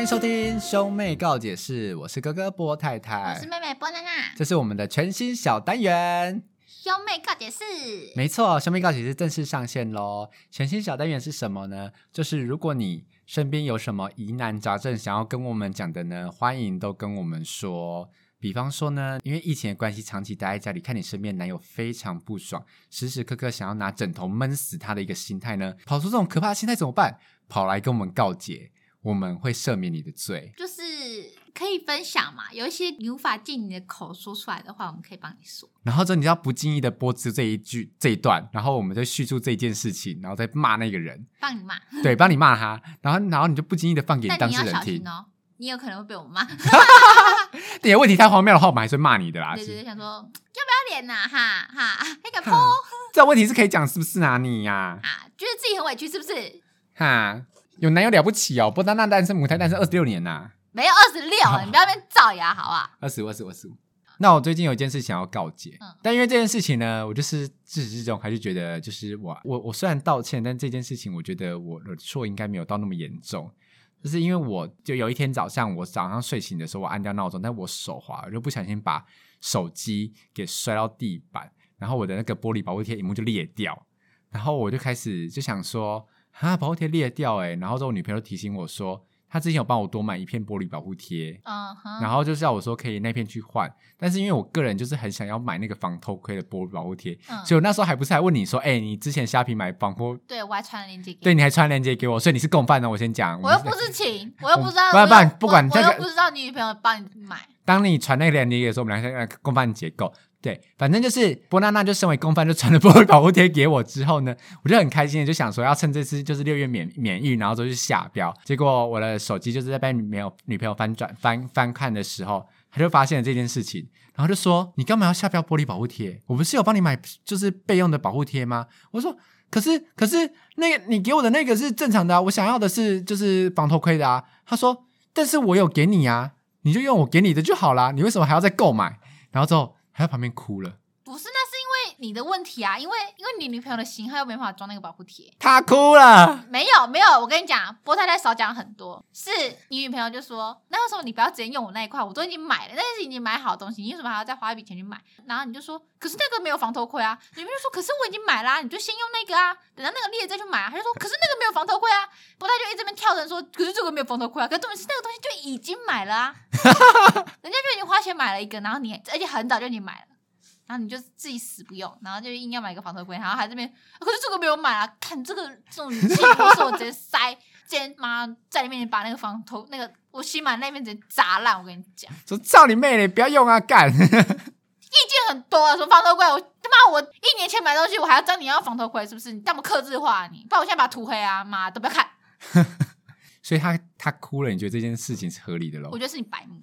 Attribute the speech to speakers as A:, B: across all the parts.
A: 迎收听《兄妹告解室》，我是哥哥波太
B: 我
A: 太
B: 是，妹妹波娜娜，
A: 这是我们的全新小单元。
B: 兄妹告解室。
A: 没错，兄妹告解室正式上线喽！全新小单元是什么呢？就是如果你身边有什么疑难杂症想要跟我们讲的呢，欢迎都跟我们说。比方说呢，因为疫情的关系，长期待在家里，看你身边男友非常不爽，时时刻刻想要拿枕头闷死他的一个心态呢，跑出这种可怕的心态怎么办？跑来跟我们告解，我们会赦免你的罪。
B: 就是可以分享嘛，有一些你无法借你的口说出来的话，我们可以帮你说。
A: 然后之后你要不经意的播出这一句这一段，然后我们就叙述这件事情，然后再骂那个人。
B: 帮你骂，
A: 对，帮你骂他，然后然后你就不经意的放给
B: 但
A: 当
B: 你
A: 事
B: 要
A: 人
B: 小
A: 听
B: 心。哦，你有可能会被我骂。
A: 你的问题太荒谬的话，我们还是会骂你的啦。
B: 对对
A: 是
B: 对，想说要不要脸呐、哈哈，那个
A: 哈
B: 泼
A: 这问题是可以讲是不是啊？你呀、
B: 啊，觉得自己很委屈是不是？
A: 哈，有男友了不起哦，不单单单身母胎单身二十六年呐、
B: 没有二十六，你不要在那边造谣好不好？
A: 二十五、二十五、二十五。那我最近有一件事想要告诫，
B: 嗯
A: 但因为这件事情呢，我就是自始至终还是觉得，就是我我我虽然道歉，但这件事情我觉得我的错应该没有到那么严重。就是因为我就有一天早上，我早上睡醒的时候，我按掉闹钟，但我手滑，我就不小心把手机给摔到地板，然后我的那个玻璃保护贴屏幕就裂掉，然后我就开始就想说，啊，保护贴裂掉哎、欸，然后之后我女朋友提醒我说，她之前有帮我多买一片玻璃保护贴，
B: 嗯哼，
A: 然后就叫我说可以那片去换，但是因为我个人就是很想要买那个防偷窥的玻璃保护贴，
B: 嗯
A: 所以我那时候还不是还问你说，哎、你之前虾皮买防脱，
B: 对我还传了链接给你
A: 对，你还传链接给我，所以你是共犯呢。我先讲，
B: 我又不知情，我又不知道，
A: 不然不然
B: 我又
A: 不管
B: 我
A: 这个
B: 我又不知道你女朋友帮你买，
A: 当你传那个链接的时候，我们两个共犯结构。对，反正就是波娜娜就身为共犯，就传了玻璃保护贴给我之后呢，我就很开心的就想说要趁这次就是六月免免疫，然后就去下标。结果我的手机就是在被女朋友女朋友翻转翻翻看的时候，她就发现了这件事情，然后就说你干嘛要下标玻璃保护贴？我不是有帮你买就是备用的保护贴吗？我说可是可是那个你给我的那个是正常的啊，我想要的是就是防偷窥的啊。她说但是我有给你啊，你就用我给你的就好啦，你为什么还要再购买？然后之后还在旁边哭了，
B: 不是，那是因为你的问题啊，因为因为你女朋友的型号又没办法装那个保护贴。
A: 她哭了。
B: 没有没有，我跟你讲，波太太少讲很多。是你女朋友就说，那为什么你不要直接用我那一块？我都已经买了，那是已经买好的东西，你为什么还要再花一笔钱去买？然后你就说，可是那个没有防偷窥啊。女朋友就说，可是我已经买啦、你就先用那个啊，等到那个裂了再去买、啊。他就说，可是那个没有防偷窥啊。波太太就一直在那边跳着说，可是这个没有防偷窥啊。可是重点是那个东西就已经买了啊，人家就已经花钱买了一个，然后你而且很早就已经买了。然后你就自己死不用，然后就硬要买一个防偷窥，然后还这边，可是这个没有买啊！看这个这种语气，不是我直接塞，直接妈在里面把那个防偷那个我新买那边直接砸烂，我跟你讲，
A: 说操你妹嘞！不要用啊，干！
B: 意见很多啊，说防偷窥，我他妈我一年前买东西，我还要教你要防偷窥，是不是？你干嘛克制化、啊、你？不然我现在把它涂黑啊，妈都不要看，
A: 所以她她哭了，你觉得这件事情是合理的
B: 我
A: 咯？
B: 觉得是你白目。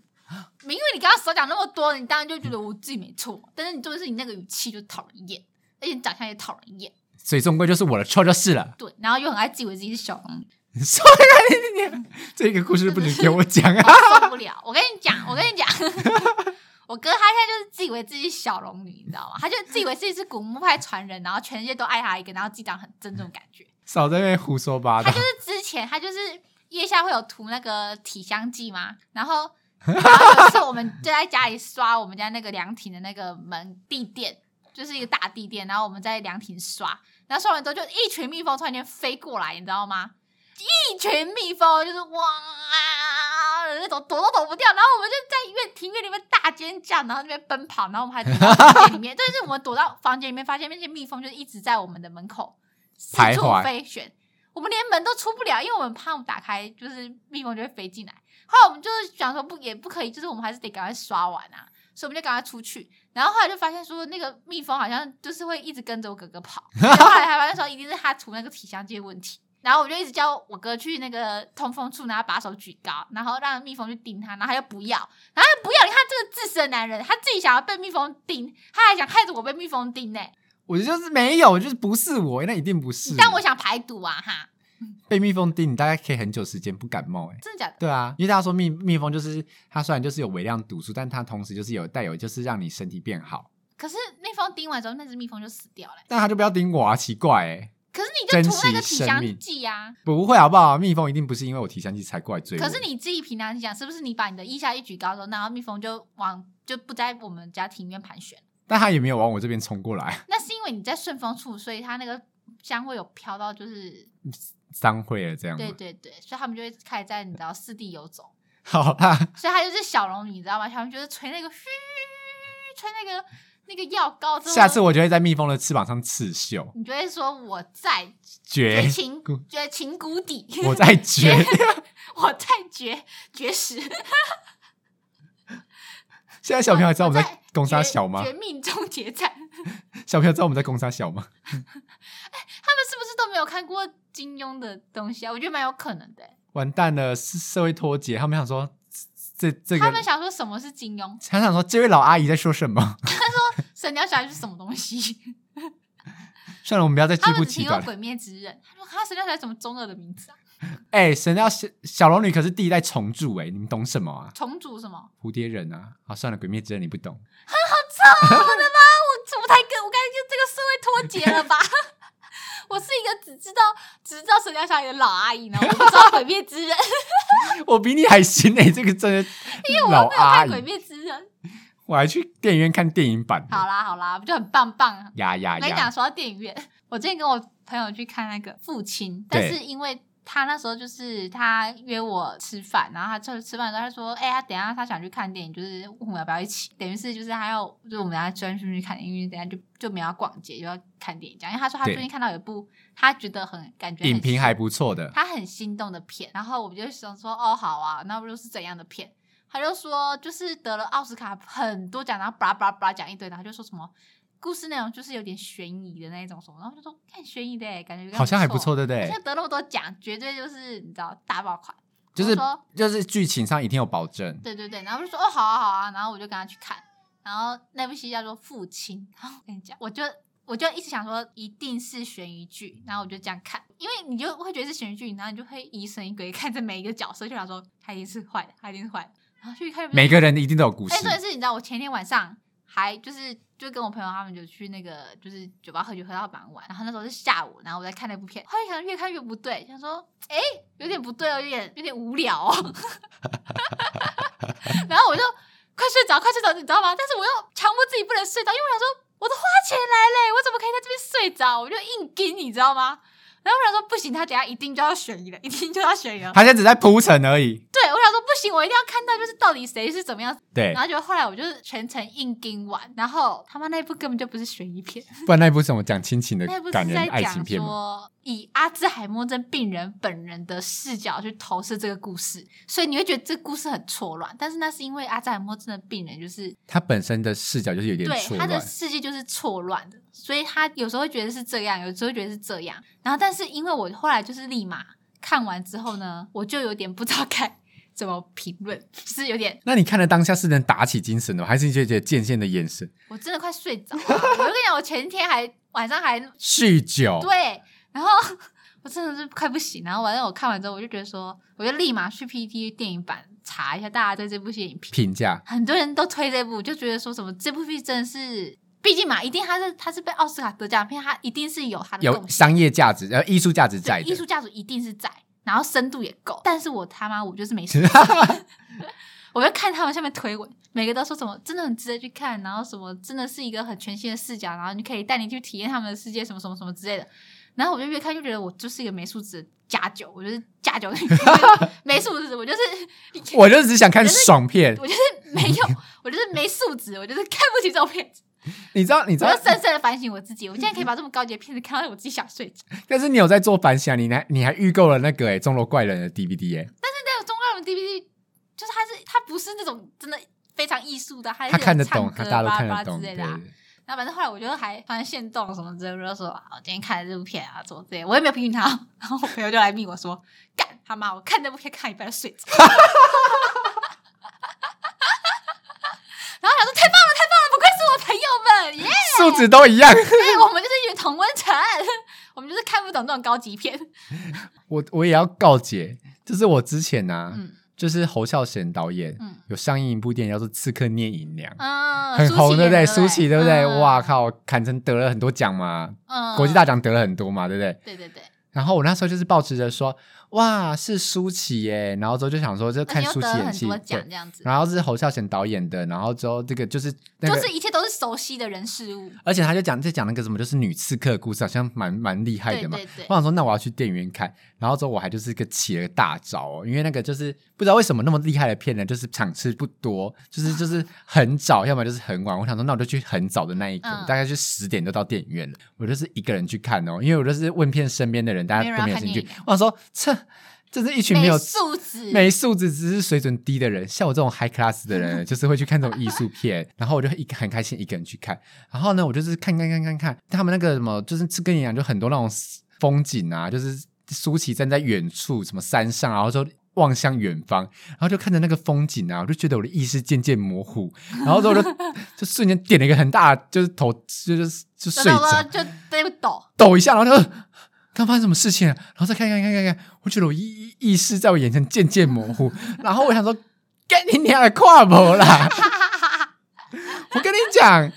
B: 因为你刚刚少讲那么多，你当然就觉得我自己没错，但是你重点是你那个语气就讨人厌，而且你长相也讨人厌，
A: 所以终归就是我的错就是了。
B: 对，然后又很爱自以为自己是小龙女。
A: 所以你你这个故事不能给我讲啊！
B: 我受不了。我跟你讲，我跟你讲， 我哥他现在就是自以为自己是小龙女，你知道吗？他就自以为自己是古墓派传人，然后全世界都爱他一个，然后自己长很正这种感觉。
A: 少在那边胡说八
B: 他
A: 道
B: 就。是之前他就是腋下会有涂那个体香剂嘛，然后。然后有一次我们就在家里刷我们家那个凉亭的那个门地垫，就是一个大地垫，然后我们在凉亭刷，然后刷完之后就一群蜜蜂突然间飞过来，你知道吗？一群蜜蜂就是哇那种躲都躲不掉，然后我们就在院庭院里面大尖叫，然后那边奔跑，然后我们还躲到房间里面，但 是我们躲到房间里面，发现那些蜜蜂就一直在我们的门口四
A: 徘
B: 处
A: 徊
B: 飞旋，我们连门都出不了，因为我们怕我们打开就是蜜蜂就会飞进来。后来我们就是想说不也不可以，就是我们还是得赶快刷完啊，所以我们就赶快出去。然后后来就发现说，那个蜜蜂好像就是会一直跟着我哥哥跑。然后后来还发现说，一定是他涂那个体香剂的问题。然后我就一直叫我哥去那个通风处，然后把手举高，然后让蜜蜂去叮他，然后他又不要，然后他又不要。你看这个自私的男人，他自己想要被蜜蜂叮，他还想害着我被蜜蜂叮呢、
A: 我就是没有，就是不是我，那一定不是。
B: 但我想排毒啊，哈，
A: 被蜜蜂叮，你大概可以很久时间不感冒哎、
B: 真的假的？
A: 对啊，因为大家说蜜蜜蜂就是它虽然就是有微量毒素，但它同时就是有带有就是让你身体变好。
B: 可是蜜蜂叮完之后，那只蜜蜂就死掉了欸、
A: 但它就不要叮我啊，奇怪哎、
B: 可可是你就涂那个
A: 珍惜
B: 体
A: 生
B: 香
A: 命
B: 剂啊呀、
A: 不会好不好？蜜蜂一定不是因为我提香剂才过来追我，
B: 可是你自己平常想，是不是你把你的腋下一举高之后，然后蜜蜂就往就不在我们家庭院盘旋？
A: 但它也没有往我这边冲过来，
B: 那是因为你在顺风处，所以它那个香味有飘到，就是
A: 散会了这样吗。
B: 对对对，所以他们就会开始在你知道四地游走。
A: 好啦，
B: 所以它就是小龙女，你知道吗？小龙女就是吹那个嘘，吹那个那个药膏之后，
A: 下次我就会在蜜蜂的翅膀上刺绣，
B: 你就会说我在
A: 绝
B: 绝，情
A: 谷
B: 绝情谷底，
A: 我在 绝。
B: 我在绝绝食。
A: 现在小朋友还知道我们在攻杀
B: 绝
A: 小吗
B: 绝？命终结战，
A: 小朋友知道我们在攻杀小吗？
B: 他们是不是都没有看过金庸的东西啊？我觉得蛮有可能的欸、
A: 完蛋了，是社会脱节。他们想说，这这个
B: 他，们想说什么是金庸，《
A: 他想说这位老阿姨在说什么？
B: 神雕侠侣》是什么东西？
A: 算了，我们不要再自
B: 他
A: 不
B: 们只
A: 其
B: 听过
A: 短
B: 《
A: 了。
B: 鬼灭之刃》，他说他《神雕侠侣》什么中二的名字啊？
A: 哎、神雕小小龙女可是第一代重铸哎、你们懂什么啊？
B: 重组什么？ 哦
A: 蝴蝶忍啊，啊算了，鬼灭之刃你不懂。
B: 我我才跟我刚才就这个社会脱节了吧？ 我是一个只知道只知道《神雕侠侣》的老阿姨呢，我不知道《鬼灭之刃》，
A: 我比你还新哎、这个真的老
B: 我没有看
A: 阿
B: 《鬼
A: 姨，
B: 灭之刃》。
A: 我还去电影院看电影版的。
B: 好啦好啦，不就很棒啊棒？
A: 呀呀
B: 我跟你讲，
A: 呀！
B: 说到电影院，我之前跟我朋友去看那个《父亲》，但
A: 对
B: 是因为他那时候就是他约我吃饭，然后他就吃饭的时候他说：“哎、他等一下他想去看电影，就是问我们要不要一起。”等于是就是他要就是我们等一下专门去看电影，因为等一下就就没有要逛街，就要看电影这样。因为他说他
A: 对
B: 最近看到有一部他觉得很感觉很
A: 影评还
B: 新
A: 不错的，
B: 他很心动的片，然后我们就想说，哦，好啊，那不就是怎样的片？他就说，就是得了奥斯卡很多奖，然后巴拉巴拉巴拉讲一堆，然后就说什么故事内容就是有点悬疑的那一种什么，然后就说看悬疑的欸，感觉
A: 好像还不
B: 不
A: 错，欸对不
B: 而
A: 对
B: 且？得那么多奖，绝对就是你知道大爆款。
A: 就是
B: 我说
A: 就是剧情上一定有保证。
B: 对对对，然后我就说哦，好啊好啊，然后我就跟他去看，然后那部戏叫做《父亲》，然后我跟你讲，我就我就一直想说一定是悬疑剧，然后我就这样看，因为你就会觉得是悬疑剧，然后你就会疑神疑鬼看着每一个角色，就想说他一定是坏的，他一定是坏的，然后去看就不是
A: 每个人一定都有故事
B: 哎，，重点是你知道，我前天晚上还就是就跟我朋友他们就去那个就是酒吧喝酒，喝到蛮晚，然后那时候是下午，然后我在看那部片，后来想越看越不对，想说哎、有点不对哦，有点有点无聊哦， 然后我就快睡着，快睡着，你知道吗？但是我又强迫自己不能睡着，因为我想说我都花钱来嘞，我怎么可以在这边睡着？我就硬盯，你知道吗？然后我想说不行，他等一下一定就要悬疑了，一定就要悬疑了。
A: 他现在只在铺陈而已。
B: 对，我想说不行，我一定要看到就是到底谁是怎么样
A: 对
B: 然，后就后来我就是全程硬盯完，然后他妈那一部根本就不是悬疑片，
A: 不然那一部是怎么讲亲情的
B: 那一部
A: 感
B: 是
A: 人
B: 在
A: 爱情
B: 讲
A: 片吗？
B: 说以阿兹海默症病人本人的视角去投射这个故事，所以你会觉得这故事很错乱。但是那是因为阿兹海默症的病人就是
A: 他本身的视角就是有点错
B: 对他
A: 乱
B: 的，世界就是错乱的，所以他有时候会觉得是这样，有时候会觉得是这样。然后但是因为我后来就是立马看完之后呢，我就有点不知道该怎么评论，就是有点
A: 那你看了当下是能打起精神的吗，还是你就觉得见线的眼神？
B: 我真的快睡着了。我就跟你讲，我前天还晚上还
A: 酗酒，
B: 对，然后 我真的是快不行。然后完了，我看完之后，我就觉得说，我就立马去 PT 电影版查一下大家对这部戏的影评。
A: 评价
B: 很多人都推这部，就觉得说什么这部剧真的是，毕竟嘛，一定它是它是被奥斯卡得奖的片，它一定是有它的贡
A: 有
B: 献
A: 商业价值，然后艺术价值在
B: 对，艺
A: 的
B: 术。价值一定是在，然后深度也够。但是我他妈我就是没时间，
A: 那
B: 我就看他们下面推文，每个都说什么真的很值得去看，然后什么真的是一个很全新的视角，然后你可以带你去体验他们的世界，什么什么什么之类的。然后我就越看就觉得我就是一个没素质的假酒，我就是假酒， 没素质，我就 是
A: 我就只想看爽片，
B: 我就是没有，我就是没素质，我就是看不起这种片 子。
A: 你知道？你知
B: 我
A: 道
B: 要？深深的反省我自己，我现在可以把这么高级的片子看到我自己想睡觉。
A: 但是你有在做反响，你还你还预购了那个哎《钟楼怪人》的 DVD 哎，
B: 那个中国人 DVD 就是它是它不是那种真的非常艺术的，它是
A: 他看得
B: 有唱
A: 懂，他
B: 歌
A: 大家都
B: 巴拉
A: 看
B: 巴
A: 得
B: 拉
A: 懂，
B: 之
A: 对
B: 类的、啊。然后反正后来我就还发现现动什么之类的，我就说啊，我今天看了这部片啊，怎么之类的，我也没有批评他。 然后我朋友就来密我说，干他妈，我看这部片看一半就睡着。 然后想说太棒了，太棒了，不愧是我朋友们耶
A: 素质都一样。
B: 对，我们就是一群同温层， 我们就是看不懂这种高级片。
A: 我我也要告诫，就是我之前呢、啊
B: 嗯，
A: 就是侯孝贤导演
B: 嗯
A: 有上映一部电影叫做《刺客聂隐娘》。
B: 嗯，
A: 很红，对
B: 对
A: 不对？舒淇，对不对？
B: 嗯
A: 哇，靠，坎城得了很多奖嘛，
B: 嗯
A: 国际大，奖得了很多嘛，对不对？
B: 对对对，
A: 然后我那时候就是抱持着说，哇，是舒淇耶，欸然后之后就想说，就
B: 而
A: 看
B: 且又
A: 舒淇
B: 得了
A: 演
B: 很
A: 戏
B: 多，奖
A: 对
B: 这样子，
A: 然后是侯孝贤导演的，然后之后这个就是那
B: 就
A: 个，
B: 是一切都是熟悉的人事物，
A: 而且他就讲在讲那个什么，就是女刺客的故事，好像蛮蛮厉害
B: 对
A: 的嘛。
B: 对对
A: 我，想说，那我要去电影院看，然后之后我还就是个起了个大招、哦，因为那个就是不知道为什么那么厉害的片呢，就是场次不多， 就是就是很早，要么就是很晚。我想说，那我就去很早的那一个，
B: 嗯
A: 大概就十点就到电影院了。我就是一个人去看哦，因为我就是问遍身边的人，大
B: 没
A: 家都
B: 有人
A: 没
B: 要
A: 有
B: 看
A: 兴
B: 电
A: 趣
B: 影。
A: 我想说，这这是一群没
B: 没
A: 有
B: 素质，
A: 没素质，只是水准低的人，像我这种 high class 的人，就是会去看这种艺术片，然后我就一个很开心一个人去看，然后呢，我就是看看看看看他们那个什么，就是这跟你讲，就很多那种风景啊，就是舒淇站在远处，什么山上，然后就。望向远方，然后就看着那个风景啊，我就觉得我的意识渐渐模糊，然后之后我就就瞬间点了一个很大的，就是头，就是就
B: 就
A: 睡着，
B: 就对不懂，
A: 抖一下，然后就呃刚发生什么事情了，然后再看看看看看，我觉得我意意意识在我眼前渐渐模糊，然后我想说，干你娘的跨博啦！我跟你讲，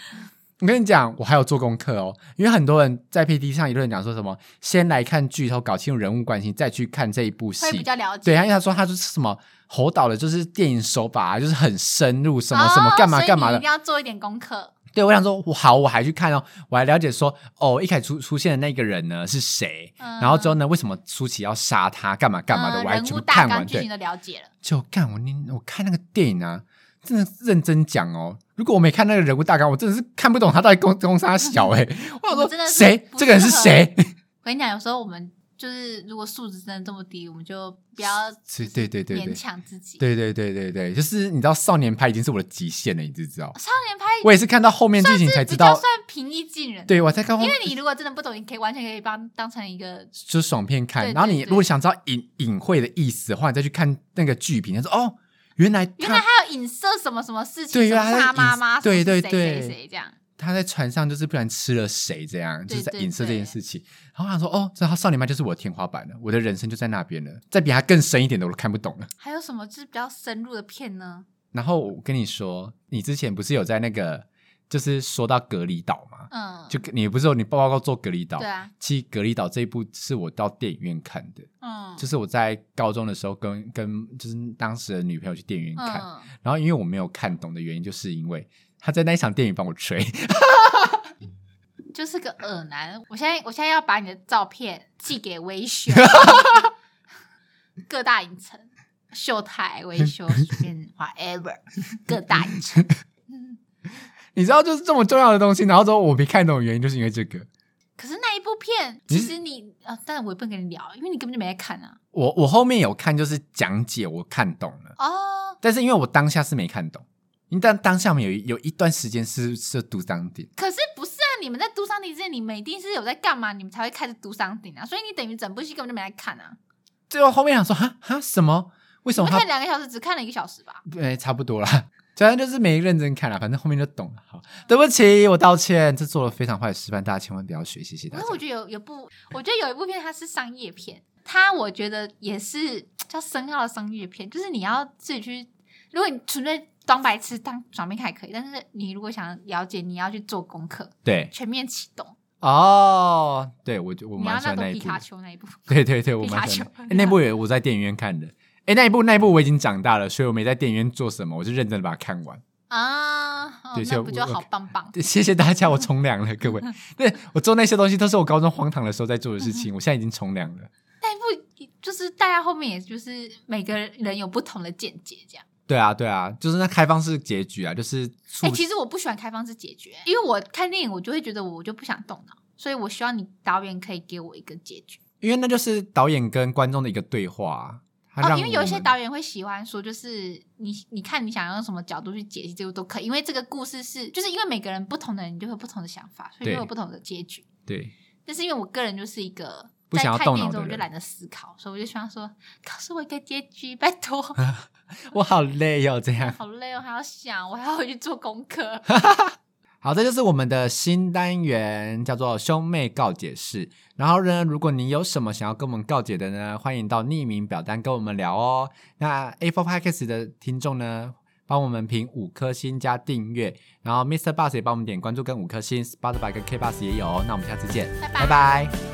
A: 我跟你讲，我还有做功课哦，因为很多人在 PT 上一论讲说什么，先来看剧透，搞清楚人物关系，再去看这一部戏
B: 会比。较了解。
A: 对，因为他说他就是什么侯导的，就是电影手法、啊，就是很深入，什么
B: 哦
A: 什么干嘛
B: 所以
A: 干嘛
B: 你
A: 的
B: 一。定要做一点功课。
A: 对，我想说，我好，我还去看哦，我还了解说，哦，一开始出出现的那个人呢是谁，
B: 嗯
A: 然后之后呢，为什么舒淇要杀他，干嘛干嘛的，
B: 嗯
A: 我还
B: 人
A: 全
B: 物
A: 部
B: 大
A: 看
B: 纲
A: 完。
B: 剧情
A: 对，
B: 都了解了，
A: 就干我你我看那个电影啊，真的认真讲哦，如果我没看那个人物大纲，我真的是看不懂他到底攻攻杀 小哎、我想
B: 我
A: 说
B: 真的是
A: 谁
B: 不
A: 这个人
B: 适
A: 是
B: 合
A: 谁？
B: 我跟你讲，有时候我们就是如果素质真的这么低，我们就不要
A: 是对对对对
B: 勉强自己。
A: 对对对对对，就是你知道少年派已经是我的极限了，你知不知道？
B: 少年派
A: 我也是看到后面剧情才
B: 比
A: 知
B: 较
A: 道，
B: 算平易近人，
A: 对我才看后
B: 因为你如果真的不懂，你可以完全可以帮当成一个
A: 就是爽片看，
B: 对
A: 然后你
B: 对对
A: 如果想知道隐隐晦的意思的话，你再去看那个剧评，他说哦，原来
B: 原来
A: 他
B: 还有影射什么什么事情，
A: 对
B: 什么
A: 原来他
B: 他妈妈，
A: 隐对
B: 什
A: 对
B: 么谁谁
A: 对
B: 谁这样，
A: 他在船上就是不然吃了谁这样，就是在
B: 对对
A: 影射这
B: 对
A: 件事情。然后他说哦，这他少年派就是我的天花板了，我的人生就在那边了，再比他更深一点的我都看不懂了。
B: 还有什么就是比较深入的片呢？
A: 然后我跟你说，你之前不是有在那个就是说到隔离岛吗？
B: 嗯，
A: 就你不是有你报告做隔离岛？
B: 对啊，
A: 其实隔离岛这一部是我到电影院看的，
B: 嗯，
A: 就是是我在高中的时候跟跟就是当时的女朋友去电影院看。
B: 嗯，
A: 然后因为我没有看懂的原因，就是因为他在那一场电影帮我吹，
B: 就是个耳男。我现在我现在要把你的照片寄给微秀，各大影城、秀台、微秀、随便 whatever，各大影城。嗯
A: 你知道，就是这么重要的东西，然后之后我没看懂的原因，就是因为这个。
B: 可是那一部片，
A: 你
B: 其
A: 是
B: 实你啊，但我也不能跟你聊，因为你根本就没在看啊。
A: 我我后面有看，就是讲解，我看懂了，
B: 哦，
A: 但是因为我当下是没看懂，因为但当下我们有一有一段时间是是读当点，
B: 可是不是啊？你们在读商顶之前，你们一定是有在干嘛，你们才会开始读商顶啊。所以你等于整部戏根本就没在看啊。
A: 最后后面想说哈哈什么？为什
B: 我
A: 么
B: 们
A: 哦他
B: 看两个小时，只看了一个小时吧。
A: 哎、差不多啦， 主要就是没认真看啦，反正后面就懂了。好，对不起，我道歉，这做了非常坏的示范，大家千万不要学，谢谢大
B: 可
A: 家
B: 是。我觉得有有部，我觉得有一部片它是商业片，它我觉得也是叫深奥的商业片，就是你要自己去，如果你纯粹装白痴当爽片看也可以，但是你如果想了解，你要去做功课，
A: 对
B: 全面启动，
A: 哦，对我就我
B: 你要
A: 蛮喜
B: 那
A: 欢
B: 种
A: 那一
B: 皮
A: 部的
B: 卡丘那一 部。
A: 对对对，我
B: 皮
A: 蛮
B: 卡
A: 喜
B: 丘
A: 欢的、诶那部也我在电影院看的。哎、那一部那一部我已经长大了，所以我没在电影院做什么，我就认真的把它看完。
B: 啊，哦
A: 对
B: 那
A: 就
B: 不就
A: 我
B: 好棒棒？
A: 对谢谢大家，我从良了，各 位。对我做那些东西都是我高中荒唐的时候在做的事 情，我现在已经从良了。
B: 那一部就是大家后面也就是每个人有不同的见解，这样。
A: 对啊，对啊，就是那开放式结局啊，就是促
B: 哎、其实我不喜欢开放式解决，因为我看电影我就会觉得我就不想动脑，所以我希望你导演可以给我一个结局。
A: 因为那就是导演跟观众的一个对话啊、他
B: 哦，
A: 让
B: 因为有一些
A: 我们
B: 导演会喜欢说，就是你你看你想要用什么角度去解析这个都可以，因为这个故事是就是因为每个人不同的人就会有不同的想法，所以
A: 对
B: 就会有不同的结局。
A: 对
B: 但是因为我个人就是一个
A: 不想要
B: 在看
A: 动
B: 电
A: 脑
B: 影的时候
A: 的
B: 我就
A: 人
B: 懒得思考，所以我就希望说告诉我一个结局，拜 托。
A: 我好累哦，这样。
B: 好累哦，还要想，我还要回去做功课。
A: 好，这就是我们的新单元，叫做“兄妹告解室”。然后呢，如果你有什么想要跟我们告解的呢，欢迎到匿名表单跟我们聊哦。那 Apple Podcast 的听众呢，帮我们评五颗星加订阅，然后 Mr. Bus 也帮我们点关注跟五颗星，Spotify 跟 K Bus 也有哦。那我们下次见，拜
B: 拜
A: 拜